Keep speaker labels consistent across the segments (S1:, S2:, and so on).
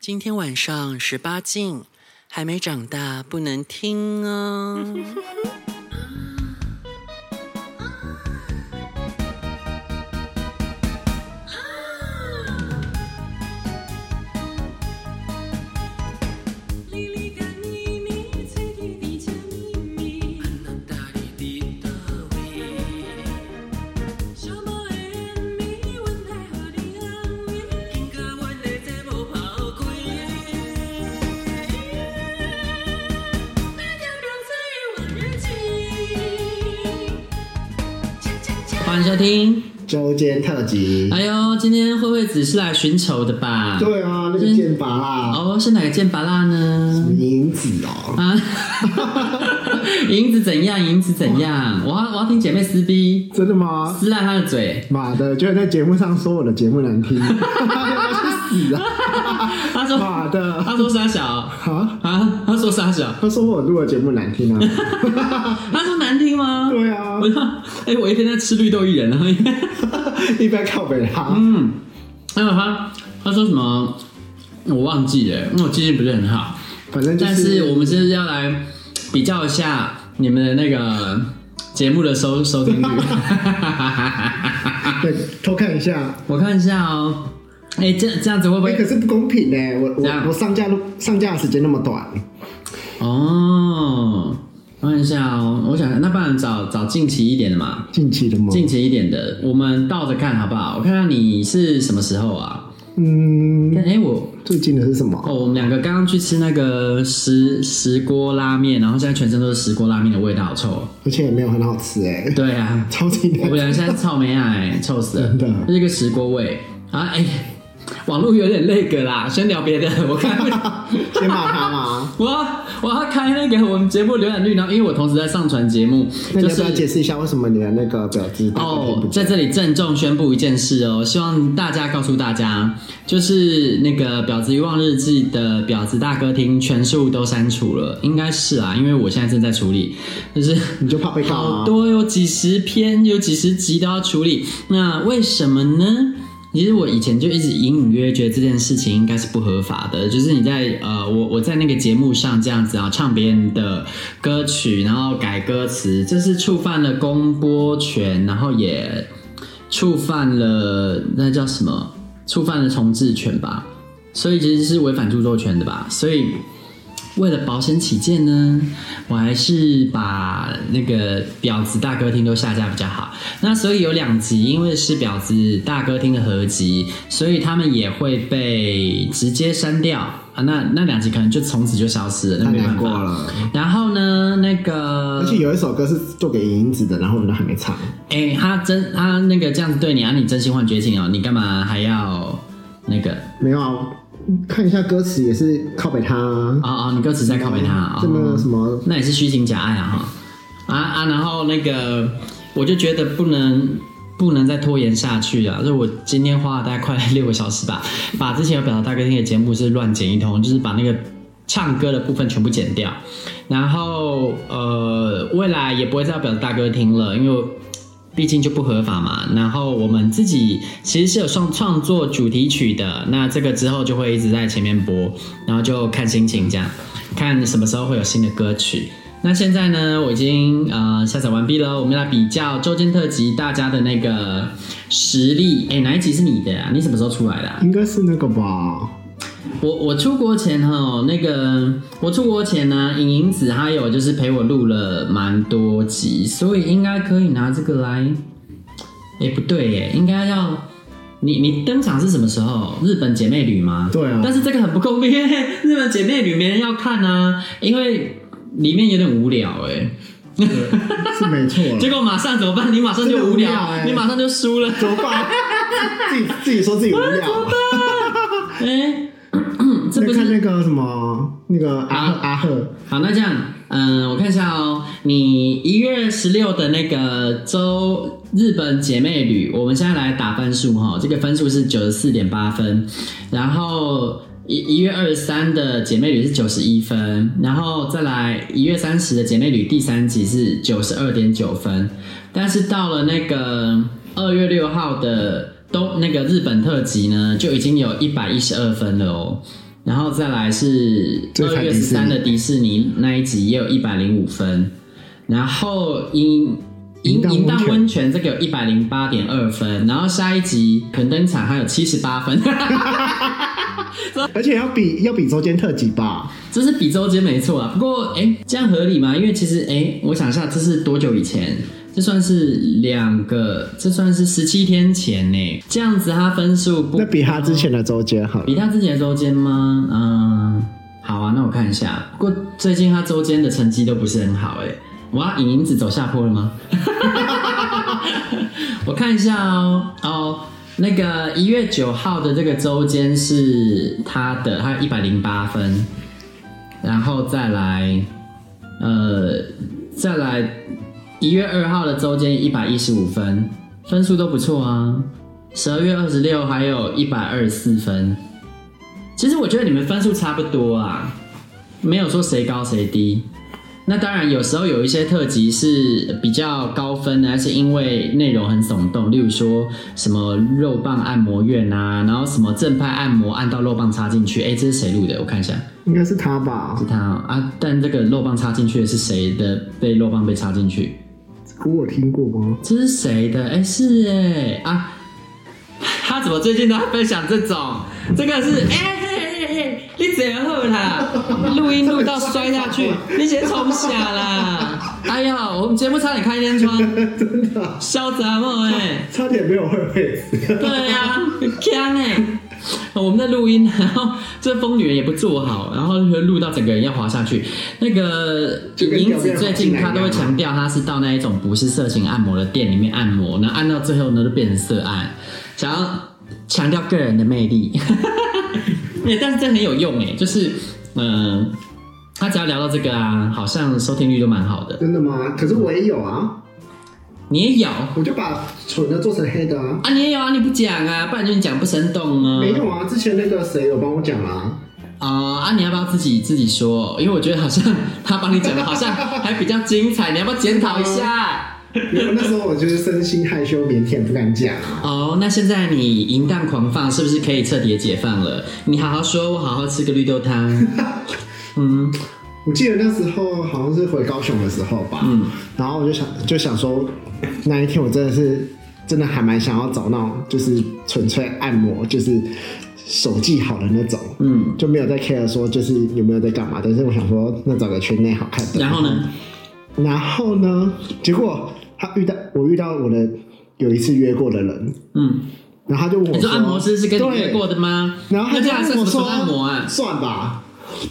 S1: 今天晚上十八禁，还没长大不能听哦。 欢迎收听。
S2: 周间特辑。
S1: 哎呦，今天慧慧子是来寻仇的吧？
S2: 对啊，那个剑拔啦，
S1: 哦，是哪个剑拔辣呢？
S2: 银子哦，
S1: 啊，银子怎样？银子怎样？我要我要听姐妹撕逼，
S2: 真的吗？
S1: 撕烂她的嘴。
S2: 妈的，居然在节目上说我的节目难听， 要去死啊！
S1: 她说
S2: 妈的，
S1: 她说傻 小
S2: 啊，
S1: 啊，她说傻小，
S2: 他说我录的节目难听啊，
S1: 她说难听吗？
S2: 对啊
S1: 我，说哎，我一天在吃绿豆薏仁，然后
S2: 一般靠北哈，
S1: 嗯，还有她她说什么？我忘记了，因为我记性不是很好。
S2: 反正就
S1: 但是我们就是要来比较一下你们的那个节目的收收听率。
S2: 对偷看一下。
S1: 我看一下哦，哎、这这样子会不
S2: 哎、
S1: 会
S2: 可？是不公平呢、我
S1: 怎样
S2: 我我上架录上架的时间那么短，
S1: 哦，我看一下哦，我想那不然找找近期一点的嘛，
S2: 近期的吗？
S1: 近期一点的，我们倒着看好不好？我看看你是什么时候啊？
S2: 嗯，
S1: 哎、我
S2: 最近的是什么？
S1: 哦，我们两个刚刚去吃那个石石锅拉面，然后现在全身都是石锅拉面的味道，好臭哦。
S2: 而且也没有很好吃哎、
S1: 对啊，
S2: 超级
S1: 我
S2: 难
S1: 们。俩现在是草莓啊、哎臭死了，
S2: 真的
S1: 这是一个石锅味啊！哎、网络有点那个啦，先聊别的，我 看不了。
S2: 先骂他吗？
S1: 我要我要开那个我们节目浏览率，然后因为我同时在上传节目，
S2: 那你
S1: 就
S2: 要不要解
S1: 是。
S2: 释一下为什么你的那个表弟大半天
S1: 哦
S2: 不，
S1: 在
S2: 见？
S1: 这里郑重宣布一件事哦，希望大家告诉大家，就是那个《婊子欲望日记》的《婊子大歌厅》全数都删除了，应该是啊，因为我现在正在处理，就是
S2: 你就怕被告啊
S1: 好
S2: 吗？
S1: 多有几十篇，有几十集都要处理。那为什么呢？其实我以前就一直隐隐约约觉得这件事情应该是不合法的，就是你在呃，我我在那个节目上这样子啊，唱别人的歌曲，然后改歌词，这是触犯了公播权，然后也触犯了那叫什么？触犯了重置权吧，所以其实是违反著作权的吧，所以为了保险起见呢，我还是把那个婊子大歌厅都下架比较好。那所以有两集，因为是婊子大歌厅的合集，所以他们也会被直接删掉啊。那那两集可能就从此就消失了，那
S2: 太
S1: 没办
S2: 难过
S1: 法。
S2: 了。
S1: 然后呢，那个
S2: 而且有一首歌是做给银子的，然后我们都还没唱。
S1: 哎、他真他那个这样子对你啊，你真心换绝情哦，你干嘛还要那个？
S2: 没有啊，看一下歌词也是靠北他啊，
S1: 哦哦，你歌词在拷贝他啊？
S2: 这
S1: 哦
S2: 么什么？
S1: 那也是虚情假爱啊哈啊啊！然后那个我就觉得不能不能再拖延下去啊了，所以我今天花了大概快六个小时吧，把之前有表达大哥那个节目是乱剪一通，就是把那个唱歌的部分全部剪掉，然后呃未来也不会再有表达大哥听了，因为我。毕竟就不合法嘛，然后我们自己其实是有创创作主题曲的，那这个之后就会一直在前面播，然后就看心情这样，看什么时候会有新的歌曲。那现在呢，我已经呃下载完毕了，我们来比较周间特辑大家的那个实力。哎，哪一集是你的呀、你什么时候出来的啊、
S2: 应该是那个吧？
S1: 我我出国前哈，那个我出国前呢、尹莹子她有就是陪我录了蛮多集，所以应该可以拿这个来。哎、不对耶，应该要你你登场是什么时候？日本姐妹旅吗？
S2: 对啊
S1: 但是这个很不公平， 日本姐妹旅没人要看啊，因为里面有点无聊哎。
S2: 是没错 了。
S1: 结果马上怎么办？你马上就无
S2: 嗯真的无聊
S1: 聊，
S2: 哎
S1: 你马上就输了。
S2: 怎么办？ 自己自己说自己无聊。
S1: 哎、 这不
S2: 那
S1: 是
S2: 看那个什么，那个阿赫
S1: 啊
S2: 阿赫，
S1: 好，那这样，嗯、我看一下哦，你一月十六的那个周日本姐妹旅，我们现在来打分数哈、这个分数是九十四点八分，然后一一月二十三的姐妹旅是九十一分，然后再来一月三十的姐妹旅第三集是九十二点九分，但是到了那个二月六号的。都那个日本特辑呢，就已经有一百一十二分了哦。然后再来是
S2: 这
S1: 二
S2: 才
S1: 月
S2: 迪
S1: 十
S2: 士尼
S1: 三的迪士尼那一集也有一百零五分，然后银银
S2: 银
S1: 银荡
S2: 荡温泉
S1: 温泉这个有一百零八点二分，然后下一集肯登场还有七十八分，啊
S2: 而且要比要比周间特辑吧？
S1: 这是比周间没错啊。不过哎，诶这样合理吗？因为其实哎，诶我想一下，这是多久以前？这算是两个，这算是十七天前呢。这样子它分数不
S2: 那比他之前的周间好了。
S1: 比他之前的周间吗？嗯，好啊，那我看一下。不过最近他周间的成绩都不是很好、欸，哎，哇，影影子走下坡了吗？ 我看一下哦，哦，那个一月九号的这个周间是他的，他一百零八分，然后再来，呃，再来一月二号的周间一百一十五分，分数都不错啊。十二月二十六还有一百二十四分，其实我觉得你们分数差不多啊，没有说谁高谁低。那当然，有时候有一些特辑是比较高分的，是因为内容很耸动，例如说什么肉棒按摩院啊，然后什么正派按摩按到肉棒插进去，哎，这是谁录的？我看一下，
S2: 应该是他吧
S1: 是？他哦、啊。但这个肉棒插进去的是谁的？被肉棒被插进去，
S2: 我有听过吗？
S1: 这是谁的？哎、是哎、啊，他怎么最近都在分享这种？这个是哎、嘿嘿嘿，你怎么后啦？录音录到摔下去，你先冲下啦！哎呀，我们节目差点开天窗，
S2: 真的，
S1: 潇洒梦哎。
S2: 差点没有会会死。
S1: 对呀、很呛哎、我们在录音，然后这疯女人也不坐好，然后就录到整个人要滑下去。那个
S2: 就跟
S1: 银
S2: 表
S1: 子
S2: 面
S1: 最近她都会强调，她是到那一种不是色情按摩的店里面按摩，然后按到最后呢就变成色按，想要强调个人的魅力。 对，但是这很有用哎、就是嗯，她只要聊到这个啊，好像收听率都蛮好的。
S2: 真的吗？可是我也有啊，
S1: 你也有
S2: 我就把蠢的做成黑的啊。
S1: 啊，你也有啊，你不讲啊，不然就你讲不生动啊。
S2: 没有啊，之前那个谁有帮我讲啊？
S1: 啊、啊！你要不要自己自己说？因为我觉得好像他帮你讲的，好像还比较精彩。你要不要检讨一下？
S2: 没有，那时候我就是身心害羞腼腆，不敢讲啊。
S1: 哦，那现在你淫荡狂放是不是可以彻底的解放了？你好好说，我好好吃个绿豆汤。 嗯，
S2: 我记得那时候好像是回高雄的时候吧，
S1: 嗯
S2: 然后我就想就想说，那一天我真的是真的还蛮想要找那种就是纯粹按摩，就是手技好的那种，
S1: 嗯，
S2: 就没有在 care 说就是有没有在干嘛，但是我想说那找个圈内好看的。
S1: 然后呢？
S2: 然后呢？结果他遇到我遇到我的有一次约过的人，
S1: 嗯，
S2: 然后他就问我
S1: 你说按摩师是跟你
S2: 对
S1: 约过的吗？
S2: 然后他
S1: 那
S2: 就
S1: 这样
S2: 跟
S1: 算
S2: 我
S1: 什
S2: 说
S1: 么按摩啊？
S2: 算吧，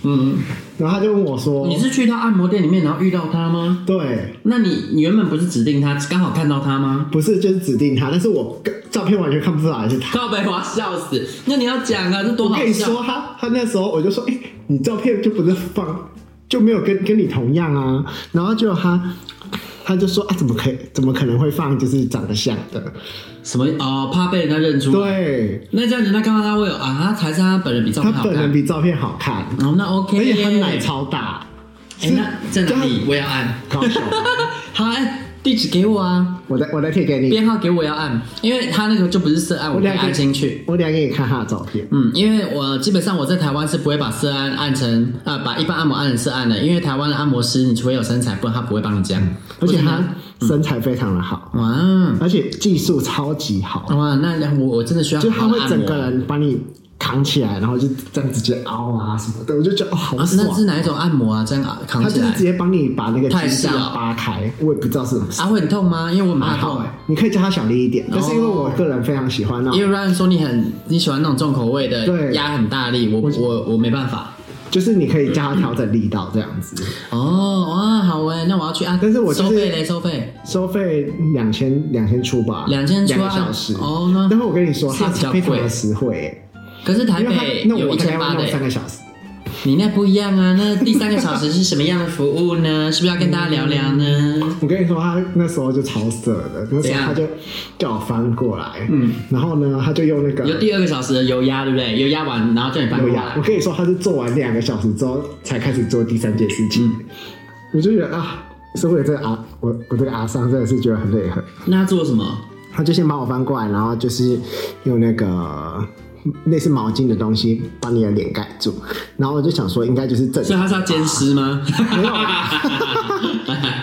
S1: 嗯，
S2: 然后他就问我说
S1: 你是去到按摩店里面，然后遇到他吗？
S2: 对。
S1: 那你你原本不是指定他，刚好看到他 吗？
S2: 不是，就是指定他，但是我跟照片完全看不出来是他。
S1: 靠北，我要笑死！那你要讲啊，这多
S2: 我
S1: 好
S2: 跟你
S1: 笑！
S2: 说，他他那时候我就说，哎、你照片就不是放，就没有跟跟你同样啊。然后就他他就说啊，怎么可以，怎么可能会放就是长得像的？
S1: 什么哦，怕被人家认出。，
S2: 对，
S1: 那这样子，那刚刚他会有啊，他才是他本人比照
S2: 他
S1: 片好
S2: 本人
S1: 看。
S2: 比照片好看，
S1: 哦，那 OK
S2: 而
S1: 耶。
S2: 且他奶超大。
S1: 哎、那在哪里？我也要按。
S2: 高手，
S1: 好，哎、地址给我啊，
S2: 我再我再贴给你，
S1: 编号给我要按，因为他那个就不是色按，我可以
S2: 两个
S1: 按进去。
S2: 我等一下给你看他的照片。
S1: 嗯，因为我基本上我在台湾是不会把色按按成呃，把一般按摩按成色按的，因为台湾的按摩师，你除非有身材，不然他不会帮你这样。
S2: 嗯而且
S1: 我
S2: 他身材非常的好，
S1: 觉得哇
S2: 而且技术超级好。
S1: 哇，那我我真的需要
S2: 就他
S1: 好好
S2: 会
S1: 按
S2: 整
S1: 摩啊
S2: 个人把你扛起来，然后就这样直接凹啊什么的，我就觉得哦好
S1: 啊，
S2: 爽。
S1: 那是哪一种按摩啊？这样啊扛
S2: 他
S1: 起
S2: 就是
S1: 来
S2: 直，接帮你把那个
S1: 太
S2: 筋
S1: 细
S2: 这
S1: 了
S2: 样扒开，我也不知道是什么。
S1: 啊会很痛吗？因为我蛮
S2: 还
S1: 怕
S2: 好
S1: 痛。
S2: 哎，你可以叫他小力一点，但是因为我个人非常喜欢那
S1: 哦因
S2: 种，
S1: 为 Ryan 说你很你喜欢那种重口味的，
S2: 嗯对
S1: 压很大力，我我我没办法。
S2: 就是你可以叫他调整力道这样子，
S1: 哦，哇，好哎，那我要去按。
S2: 但是我就是
S1: 收费嘞，收费
S2: 收费两千两千出吧，
S1: 2000出啊
S2: 两个小时
S1: 哦那
S2: 但是我跟你说，
S1: 是
S2: 他
S1: 比较
S2: 非常
S1: 贵
S2: 的实惠
S1: 可是
S2: 哎，
S1: 台
S2: 因
S1: 北
S2: 为他那
S1: 有
S2: 我
S1: 一
S2: 大概
S1: 千
S2: 要
S1: 八的
S2: 弄三
S1: 欸，
S2: 个小时，
S1: 你那不一样啊。那第三个小时是什么样的服务呢？是不是要跟大家聊聊呢？
S2: 我跟你说，他那时候就超色的，那
S1: 怎
S2: 时
S1: 样
S2: 候他就叫我翻过来，嗯，然后呢，他就用那个
S1: 有第二个小时的油压，对不对？油压完，然后叫你翻过
S2: 有呀，
S1: 来
S2: 我。跟你说，他是做完两个小时之后才开始做第三件事情，我就觉得啊，是为了这个阿我我这个阿桑真的是觉得很累很。
S1: 那他做什么？
S2: 他就先把我翻过来，然后就是用那个类似毛巾的东西把你的脸盖住，然后我就想说应该就是正
S1: 所以
S2: 常，
S1: 他是要啊奸尸吗？
S2: 没有啊。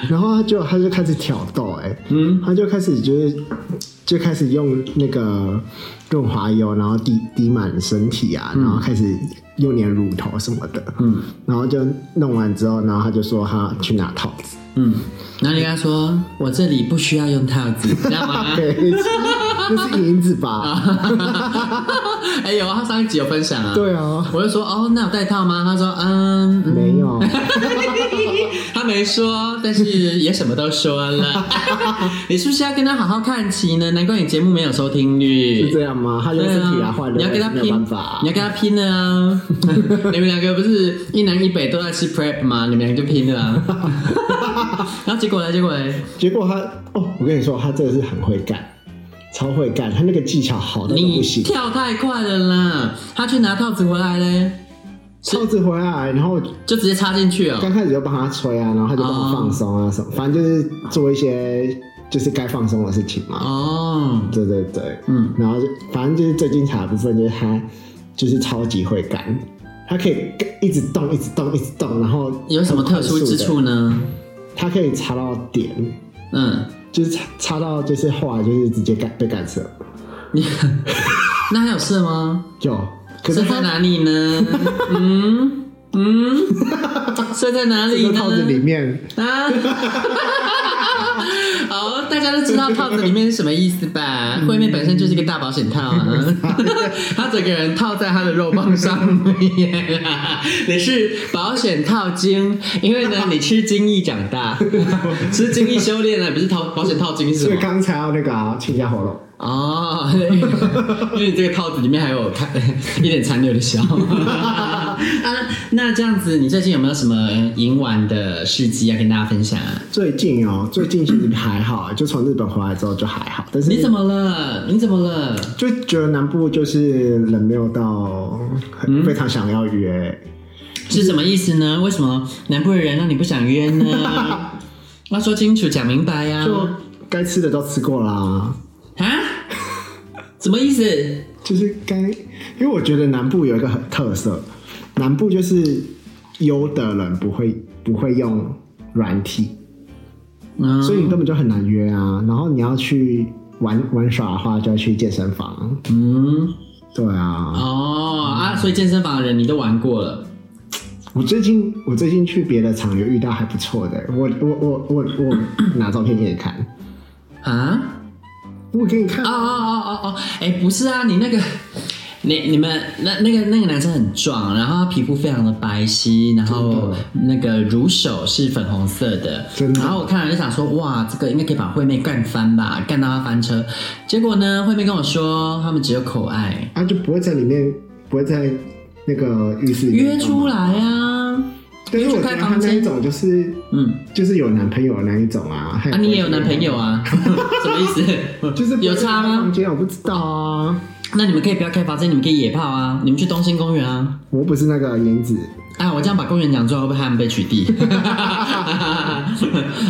S2: 然后他就他就开始挑逗、哎，嗯，他就开始就是就开始用那个润滑油，然后滴滴满身体啊，
S1: 嗯
S2: 然后开始用你的乳头什么的，嗯，然后就弄完之后，然后他就说他去拿套子，
S1: 嗯，然后你跟他说，我这里不需要用套子，知道吗？
S2: 对，那是银子吧？
S1: 啊哎有啊，他上一集有分享啊。
S2: 对啊，
S1: 我就说哦，那有戴套吗？他说嗯， 嗯
S2: 没有。
S1: 他没说，但是也什么都说 了。你是不是要跟他好好看齐呢？难怪你节目没有收听率。
S2: 是这样吗？他用
S1: 对
S2: 身体来
S1: 啊
S2: 换，的，
S1: 你要跟他
S2: 没有
S1: 拼
S2: 办法、啊，
S1: 你要跟他拼了 啊！你们两个不是一南一北都在吃 prep 吗？你们两个就拼了 啊！然后结果呢？结果呢？
S2: 结果他哦，我跟你说，他真的是很会干，超会干，他那个技巧好到都
S1: 你
S2: 不行。
S1: 跳太快了啦！他去拿套子回来嘞，
S2: 套子回来，然后
S1: 就直接插进去哦。
S2: 刚开始就帮他吹啊，然后他就帮我放松啊什么，反正就是做一些就是该放松的事情嘛。
S1: 哦，
S2: 对对对，
S1: 嗯，
S2: 然后就反正就是最精彩的部分就是他就是超级会干，他可以一直动，一直动，一直动，然后
S1: 有什么特殊之
S2: 很快速
S1: 处呢？
S2: 的？他可以插到点，
S1: 嗯，
S2: 就是插插到就是后来就是直接干被干射。
S1: 你那还有事吗？
S2: 有，可是
S1: 射在
S2: 他
S1: 哪里呢？嗯嗯，射在哪里
S2: 这
S1: 呢？
S2: 套子里面，
S1: 啊！好，大家都知道套子里面是什么意思吧？
S2: 嗯
S1: 惠妹本身就是一个大保险套 啊，她整个人套在她的肉棒上面啊。你是保险套精，因为呢，你吃精益长大，吃精益修炼啊，不是套保险套精是
S2: 所
S1: 什
S2: 以
S1: 么？
S2: 刚才要那个啊，清一下喉咙。
S1: 哦， 因为你这个套子里面还有看 一点残留的笑。 啊，那这样子，你最近有没有什么赢玩的事迹要跟大家分享啊？
S2: 最近哦，最近其实还好，就从日本回来之后就还好，但是
S1: 你怎么了？你怎么了？
S2: 就觉得南部就是人没有到很非常想要约，
S1: 是什么意思呢？为什么南部的人让你不想约 呢？要说清楚，讲明白呀、
S2: 就该吃的都吃过啦，
S1: 啊！什么意思？
S2: 就是该，因为我觉得南部有一个很特色，南部就是优的人不会不会用软体，
S1: 嗯，
S2: 所以你根本就很难约啊。然后你要去玩玩耍的话，就要去健身房。
S1: 嗯，
S2: 对啊，
S1: 哦啊，所以健身房的人你都玩过了。
S2: 我最近我最近去别的厂有遇到还不错的，我我我我我拿照片给你看，
S1: 啊？
S2: 我给你看
S1: 哦哦哦哦哦！哎、不是啊，你那个，你你们那那个那个男生很壮，然后他皮肤非常的白皙，然后那个乳手是粉红色的
S2: 真，的
S1: 然后我看了就想说，哇，这个应该可以把惠妹干翻吧，干到她翻车。结果呢，惠妹跟我说，他们只有口爱，
S2: 啊，就不会在里面，不会在那个浴室里面
S1: 约出来啊，
S2: 但
S1: 约
S2: 是
S1: 出
S2: 我觉
S1: 开
S2: 得他
S1: 房
S2: 那一
S1: 间，
S2: 种就是
S1: 嗯。
S2: 就是有男朋友的那一种啊，还
S1: 啊，你也有男朋友？ 啊？什么意思？
S2: 就是不会
S1: 有差
S2: 在房
S1: 吗？
S2: 间我不知道啊，
S1: 那你们可以不要开房间，你们可以野炮啊，你们去东兴公园啊。
S2: 我不是那个颜值，
S1: 哎，我这样把公园讲出来，会不会他们被取缔？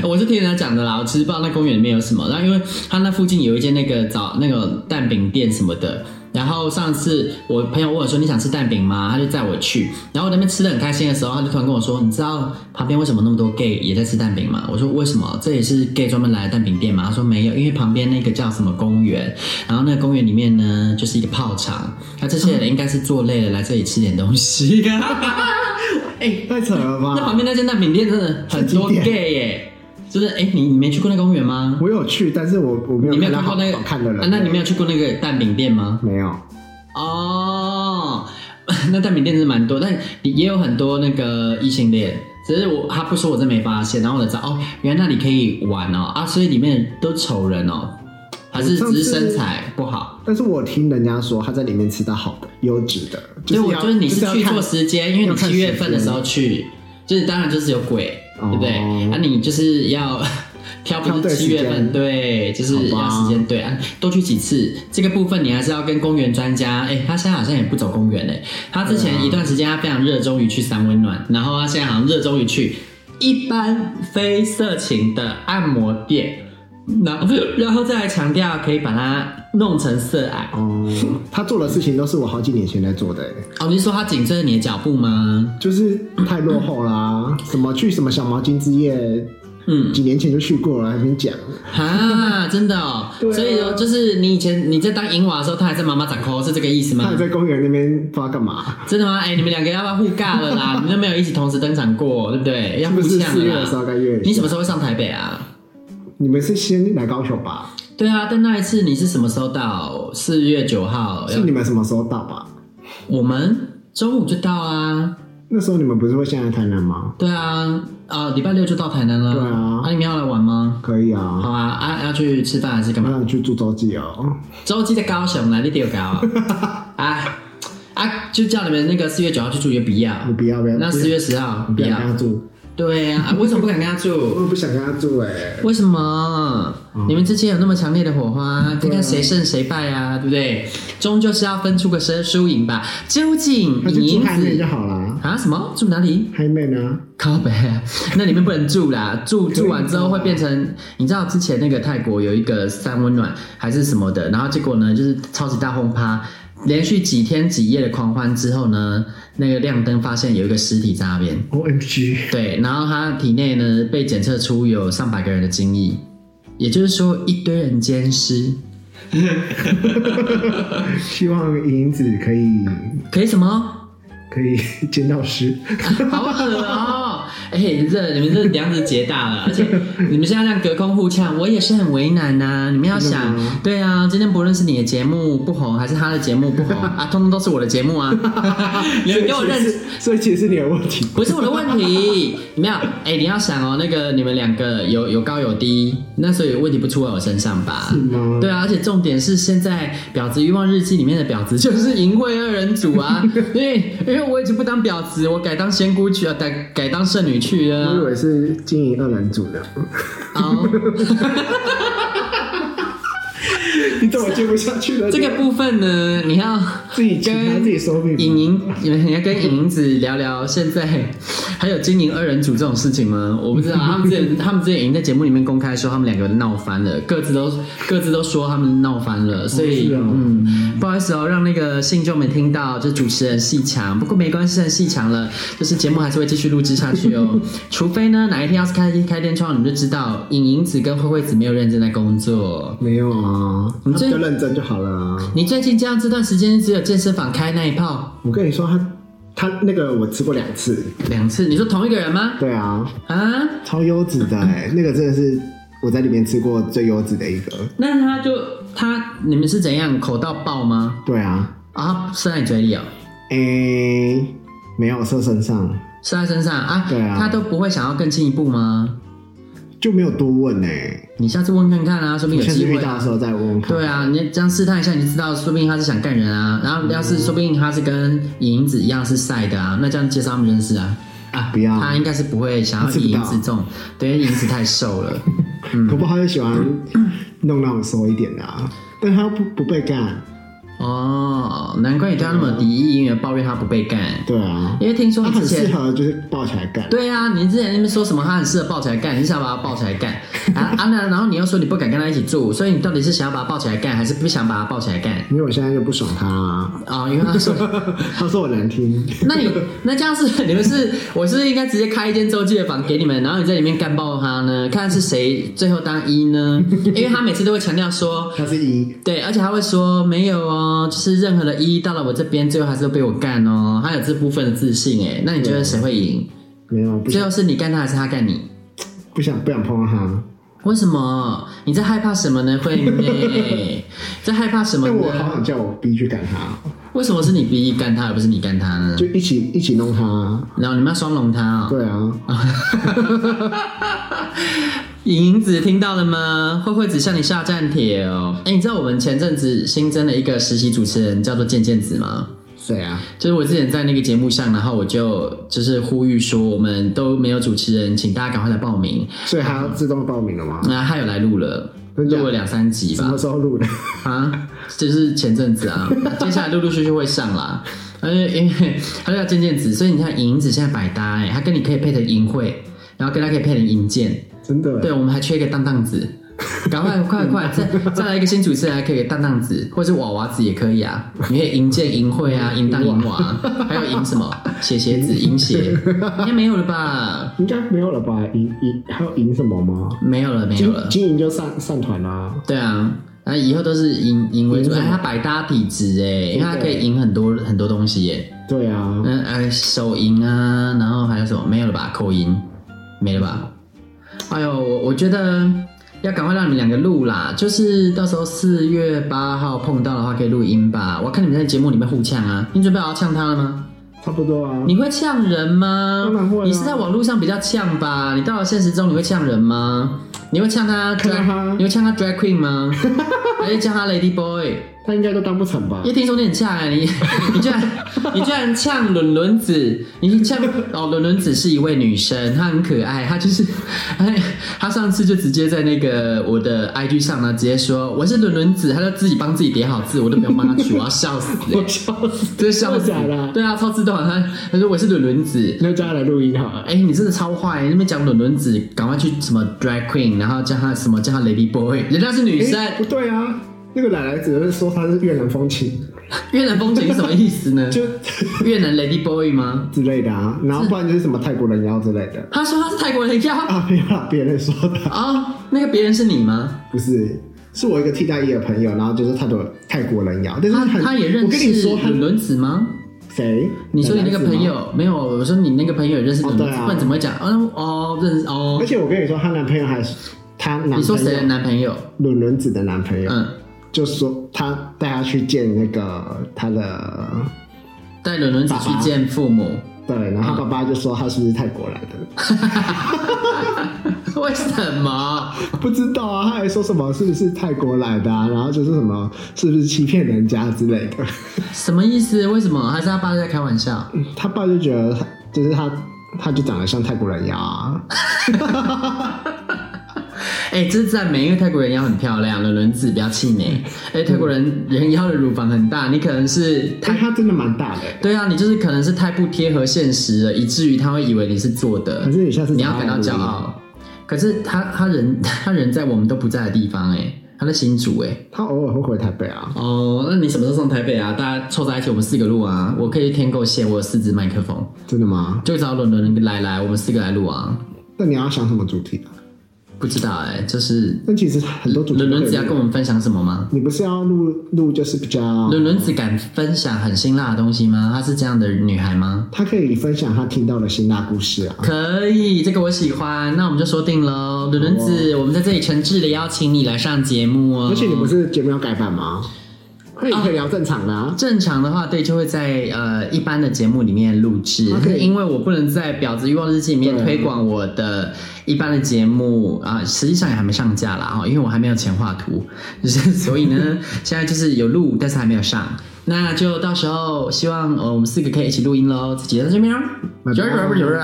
S1: 我是听人家讲的啦，我其实不知道那公园里面有什么。然后因为他那附近有一间那个早那个蛋饼店什么的。然后上次我朋友问我说你想吃蛋饼吗？他就载我去，然后我在那边吃的很开心的时候，他就突然跟我说，你知道旁边为什么那么多 gay 也在吃蛋饼吗？我说为什么？这也是 gay 专门来的蛋饼店吗？他说没有，因为旁边那个叫什么公园，然后那个公园里面呢就是一个炮场，那这些人应该是做累了来这里吃点东西。 哎、
S2: 太扯了
S1: 那旁
S2: 吧？
S1: 边那间蛋饼店真的很多
S2: 啊很经典
S1: gay 耶、就是哎、你你没去过那公园吗？
S2: 我有去，但是我我没有
S1: 你没有
S2: 到
S1: 看过
S2: 好
S1: 那个
S2: 好看的人，
S1: 啊？那你没有去过那个蛋饼店吗？
S2: 没有？
S1: 哦， 那蛋饼店真的蛮多，但也有很多那个异性恋。只是我他不说，我真没发现。然后我才知道哦，原来那里可以玩哦啊，所以里面都丑人哦，还是只是身材不好？
S2: 但是我听人家说他在里面吃到好的、优质的，
S1: 所
S2: 就
S1: 以
S2: 是
S1: 我
S2: 要
S1: 觉得你
S2: 就是要
S1: 去
S2: 看
S1: 做时间，因为
S2: 要
S1: 你
S2: 看
S1: 七月份的
S2: 时
S1: 时
S2: 间
S1: 候去，就是当然就是有鬼，
S2: 哦
S1: 对不对？啊，你就是要 挑
S2: 挑
S1: 不
S2: 对
S1: 是
S2: 时
S1: 七月
S2: 间
S1: 份，对，就是
S2: 好吧
S1: 要时间对啊，多去几次。这个部分你还是要跟公园专家，哎，他现在好像也不走公园嘞。他之
S2: 啊
S1: 前一段时间他非常热衷于去三温暖，然后他现在好像热衷于去一般非色情的按摩店。然后，然后再来强调，可以把它弄成色矮。
S2: 哦，他做的事情都是我好几年前在做的、欸，
S1: 哦，你是说他紧追着你的脚步吗？
S2: 就是太落后啦、什么去什么小毛巾之夜，
S1: 嗯，
S2: 几年前就去过了，还没讲。
S1: 啊，真的哦，
S2: 对啊
S1: 所以哦就是你以前你在当银娃的时候，他还在妈妈掌扣，是这个意思
S2: 他
S1: 吗
S2: 还？在公园那边不知道干嘛，
S1: 真的吗？哎、你们两个要不要互尬了 啦？你们都没有一起同时登场过，对不对？要
S2: 是
S1: 互
S2: 不是
S1: 呛
S2: 四月
S1: 了
S2: 的时候
S1: 啦。
S2: 该约一下？
S1: 你什么时候会上台北啊？
S2: 你们是先来高雄吧？
S1: 对啊，但那一次你是什么时候到？四月九号，
S2: 是你们什么时候到吧？
S1: 我们周五就到啊。
S2: 那时候你们不是会先来台南吗？
S1: 对啊，啊、礼拜六就到台南了。
S2: 对啊
S1: 那、你们要来玩吗？
S2: 可以
S1: 好
S2: 啊，
S1: 啊，啊，要去吃饭还是干
S2: 我
S1: 嘛？
S2: 想去住洲际哦。
S1: 周记在高雄啦，你丢高 啊！啊啊，就叫你们那个四月九号去住，也不要。
S2: 我不要不要，
S1: 那四月十号
S2: 不
S1: 不
S2: 要
S1: 要
S2: 跟。他住，
S1: 对啊，啊为什么不敢跟他住？
S2: 我不想跟他住哎。
S1: 为什么？
S2: 嗯
S1: 你们之间有那么强烈的火花，
S2: 啊
S1: 看看谁胜谁败啊，对不对？终究是要分出个胜输赢吧。究竟
S2: 那就
S1: 你
S2: 住
S1: 赢
S2: 海妹
S1: 子
S2: 就好啦，
S1: 啊什么住哪里？
S2: 海妹呢？
S1: 靠北，那里面不能住啦，住
S2: 以
S1: 住完之后会变成，你知道之前那个泰国有一个三温暖还是什么的，然后结果呢就是超级大轰趴，连续几天几夜的狂欢之后呢，那个亮灯发现有一个尸体在那边，
S2: O M G，
S1: 对，然后他体内呢被检测出有上百个人的精液，也就是说一堆人奸尸，
S2: 希望银子可以
S1: 可以什么？
S2: 可以见到尸。
S1: 好恶哦！哎、这你们这梁子结大了，而且你们现在这样隔空互呛，我也是很为难呐、你们要想
S2: 真的吗，
S1: 对啊，今天不论是你的节目不红，还是他的节目不红啊，通通都是我的节目啊！你们给我认
S2: 所以其实是，所以其实是你的问题。
S1: 不是我的问题，没有。哎、你要想哦，那个你们两个有有高有低，那所以问题不出在我身上吧？
S2: 是吗
S1: 对啊，而且重点是现在《婊子欲望日记》里面的婊子 就是淫秽二人组啊，因为因为我已经不当婊子，我改当仙姑去啊，改改当剩女去
S2: 我以
S1: 了。
S2: 为是经营二人组的，
S1: 哦，
S2: 你怎么接不下去了？
S1: 这个部分呢，你要
S2: 自己请他
S1: 跟
S2: 自己收命吧。
S1: 影莹，你们你要跟影莹子聊聊现在还有经营二人组这种事情吗？我不知道，他们之 前他们之前已经在节目里面公开说他们两个闹翻了，各自都各自都说他们闹翻了，所以、
S2: 是啊
S1: 嗯，不好意思哦，让那个信众们听到，就主持人细强，不过没关系，细强了，就是节目还是会继续录制下去 哦，除非呢哪一天要是开开天窗，你们就知道影莹子跟慧慧子没有认真在工作。
S2: 没有啊，
S1: 你
S2: 他
S1: 最
S2: 比较认真就好了啊。
S1: 你最近这样这段时间只有健身房开那一炮
S2: 我跟你说，他他那个我吃过两次，
S1: 两次，你说同一个人吗？
S2: 对啊，
S1: 啊？
S2: 超优质的哎、那个真的是我在里面吃过最优质的一个。
S1: 那他就他你们是怎样口到爆吗？
S2: 对啊，
S1: 啊，他射在你嘴里哦，
S2: 诶、没有射身上
S1: 射在身上啊？
S2: 对啊
S1: 他都不会想要更进一步吗？
S2: 就没有多问哎、
S1: 你下次问看看啊，说不定
S2: 我
S1: 有
S2: 下次
S1: 机
S2: 遇
S1: 会
S2: 到的
S1: 啊。
S2: 时候再问问看。
S1: 对啊，你这样试探一下，你就知道，说不定他是想干人啊。然后
S2: 嗯
S1: 要是说不定他是跟银子一样是晒的啊，那这样介绍他们认识啊。啊，
S2: 不要
S1: 他应该是不会想要
S2: 他吃不
S1: 以
S2: 到
S1: 银子这种，对，因为银子太瘦了。
S2: 可
S1: 嗯
S2: 不好就喜欢 弄那种瘦一点的、啊，但他不不被干。
S1: 哦，难怪你对他那么有敌意，因为抱怨他不被干。
S2: 对啊，
S1: 因为听说
S2: 他
S1: 你之
S2: 很
S1: 前
S2: 适合就是抱起来干。
S1: 对啊，你之前那边说什么他很适合抱起来干，你是想把他抱起来干啊啊？那然后你又说你不敢跟他一起住，所以你到底是想要把他抱起来干，还是不想把他抱起来干？
S2: 因为我现在就不爽他、啊，
S1: 啊、因为他说，
S2: 他说我难听。
S1: 那你那这样是你们是我是应该直接开一间周记的房给你们，然后你在里面干爆他呢，看是谁最后当一呢？因为他每次都会强调说。
S2: 他是一，
S1: 对，而且他会说没有哦，就是任何的一到了我这边，最后还是都被我干哦。他有这部分的自信哎，那你觉得谁会赢？
S2: 没有不
S1: 最
S2: 想
S1: 后是你干他还是他干你？
S2: 不想不想碰到他。
S1: 为什么？你在害怕什么呢？惠 妹，在害怕什么
S2: 但我好
S1: 呢？
S2: 想叫我 B 去赶他，
S1: 为什么是你 B 干他，而不是你干他呢
S2: 就？一起一起弄他。
S1: 然后你们要双龙他哦。
S2: 对啊，
S1: 莹子听到了吗？慧慧子向你下战帖哦。哎，你知道我们前阵子新增了一个实习主持人，叫做健健子吗？
S2: 谁啊？
S1: 就是我之前在那个节目上，然后我就就是呼吁说，我们都没有主持人，请大家赶快来报名。
S2: 所以他自动报名了吗？
S1: 那他有来录了，
S2: 真假
S1: 录了两三集吧
S2: 什。么时候录的？
S1: 啊，就是前阵子啊，接下来陆陆续续会上啦。而且因为他叫渐渐子，所以你看银子现在百搭哎、欸，他跟你可以配成银会，然后跟他可以配成银剑。
S2: 真 的？
S1: 对，我们还缺一个当当子，赶快快快，再再来一个新主持人，还可以当当子，或是娃娃子也可以啊。你可以银剑、银会 啊，银当、银娃，还有银什么写鞋子、银鞋，应该没有了吧？
S2: 应该没有了吧？赢赢还有赢什么吗？
S1: 没有了，没有
S2: 经
S1: 了。
S2: 经营就散散团啦。
S1: 对啊，那以后都是赢赢为主。哎，他百搭体质哎，因为他可以赢很多很多东西哎耶。
S2: 对啊，
S1: 嗯，哎，手淫啊，然后还有什么？没有了吧？口淫没了吧？哎呦，我我觉得要赶快让你们两个录啦，就是到时候四月八号碰到的话可以录音吧。我看你们在节目里面互呛啊，你准备好要呛他了吗？
S2: 差不多啊。
S1: 你会呛人吗？
S2: 嗯当然会啊
S1: 你是在网络上比较呛吧？你到了现实中你会呛人吗？你会呛他
S2: 看到
S1: drag-
S2: 他
S1: 你会呛他 drag queen 吗？还是呛他 lady boy？
S2: 他应该都当不成吧
S1: 一？听说你很呛哎、你 你居然你居然呛伦伦子，你呛哦，伦伦子是一位女生，她很可爱，她就是， 哎，她上次就直接在那个我的 IG 上呢，直接说我是伦伦子，她就自己帮自己叠好字，我都不用帮她取，我要笑死、
S2: 我
S1: 欸，
S2: 笑死，
S1: 真的笑死
S2: 真的假的，
S1: 对啊，超自动，她她说我是伦伦子。
S2: 那叫他来录音好了。
S1: 哎、你真的超坏！你那边讲伦伦子，赶快去什么 drag queen，然后叫她什么叫她 lady boy，人家是女生，
S2: 哎不对啊，那个奶奶只是说他是越南风情，
S1: 越南风情是什么意思呢？
S2: 就
S1: 越南 lady boy 吗？
S2: 之类的啊，然后不然就是什么泰国人妖之类的
S1: 他说他是泰国人妖啊、
S2: 啊，没有啦，别人说的，
S1: 那个别人是你吗？
S2: 不是。是我一个替代役的朋友，然后就是泰国泰国人妖，但是
S1: 他
S2: 很
S1: 他也认
S2: 我跟你
S1: 识
S2: 说，他
S1: 伦伦子吗？
S2: 谁？
S1: 你说你那个朋
S2: 奶奶子吗？
S1: 友没有？我说你那个朋友也认识伦伦
S2: 哦
S1: 子，
S2: 对啊
S1: 不然怎么会讲？哦哦，认识哦
S2: 而。且我跟你说，她男朋友还是她男朋友，
S1: 你说谁的男朋友？
S2: 伦伦子的男朋友，
S1: 嗯，
S2: 就说他带她去见那个她的
S1: 带伦伦子去见父母，
S2: 对，然后
S1: 嗯
S2: 爸爸就说他是不是泰国来的，
S1: 为什么？
S2: 不知道啊，他还说什么是不是泰国来的、啊，然后就是什么是不是欺骗人家之类的，
S1: 什么意思？为什么？还是他爸在开玩笑？
S2: 他爸就觉得他就是他，他就长得像泰国人呀、啊，
S1: 哎、这是赞美，因为泰国人妖很漂亮，伦伦子不要气馁。哎、泰国人人妖的乳房很大，你可能是泰
S2: 但他真的蛮大的、欸
S1: 对啊，你就是可能是太不贴合现实了，以至于他会以为你是做的。
S2: 可是你下次
S1: 你要
S2: 找他
S1: 感到
S2: 来录
S1: 骄
S2: 音
S1: 傲。可是他他人 他人在我们都不在的地方哎、他在新竹哎、
S2: 他偶尔会回台北啊，
S1: 哦，那你什么时候上台北啊？大家凑在一起，我们四个录啊。我可以添购线，我有四支麦克风，
S2: 真的吗？
S1: 就找伦伦来来，我们四个来录啊。
S2: 那你要想什么主题啊？
S1: 不知道哎、就是
S2: 但其实很多主题
S1: 伦
S2: 都
S1: 伦
S2: 可以
S1: 子要
S2: 录啊
S1: 跟我们分享什么吗？
S2: 你不是要录录就是比较，
S1: 伦伦子敢分享很辛辣的东西吗？她是这样的女孩吗？
S2: 他可以分享他听到的辛辣故事啊。
S1: 可以，这个我喜欢，那我们就说定喽。伦伦子，我们在这里诚挚的邀请你来上节目哦。
S2: 而且你不是节目要改版吗？可以可以聊正常的啊。
S1: 正常的话，对，就会在呃一般的节目里面录制
S2: OK
S1: 因为我不能在《婊子欲望日记》里面
S2: 对啊
S1: 推广我的一般的节目啊、实际上也还没上架啦哈，哦因为我还没有钱画图，就是所以 呢，现在就是有录，但是还没有上。那就到时候希望呃我们四个可以一起录音喽，这集就到这边哦，
S2: 拜拜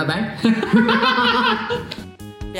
S1: 拜拜。
S3: 《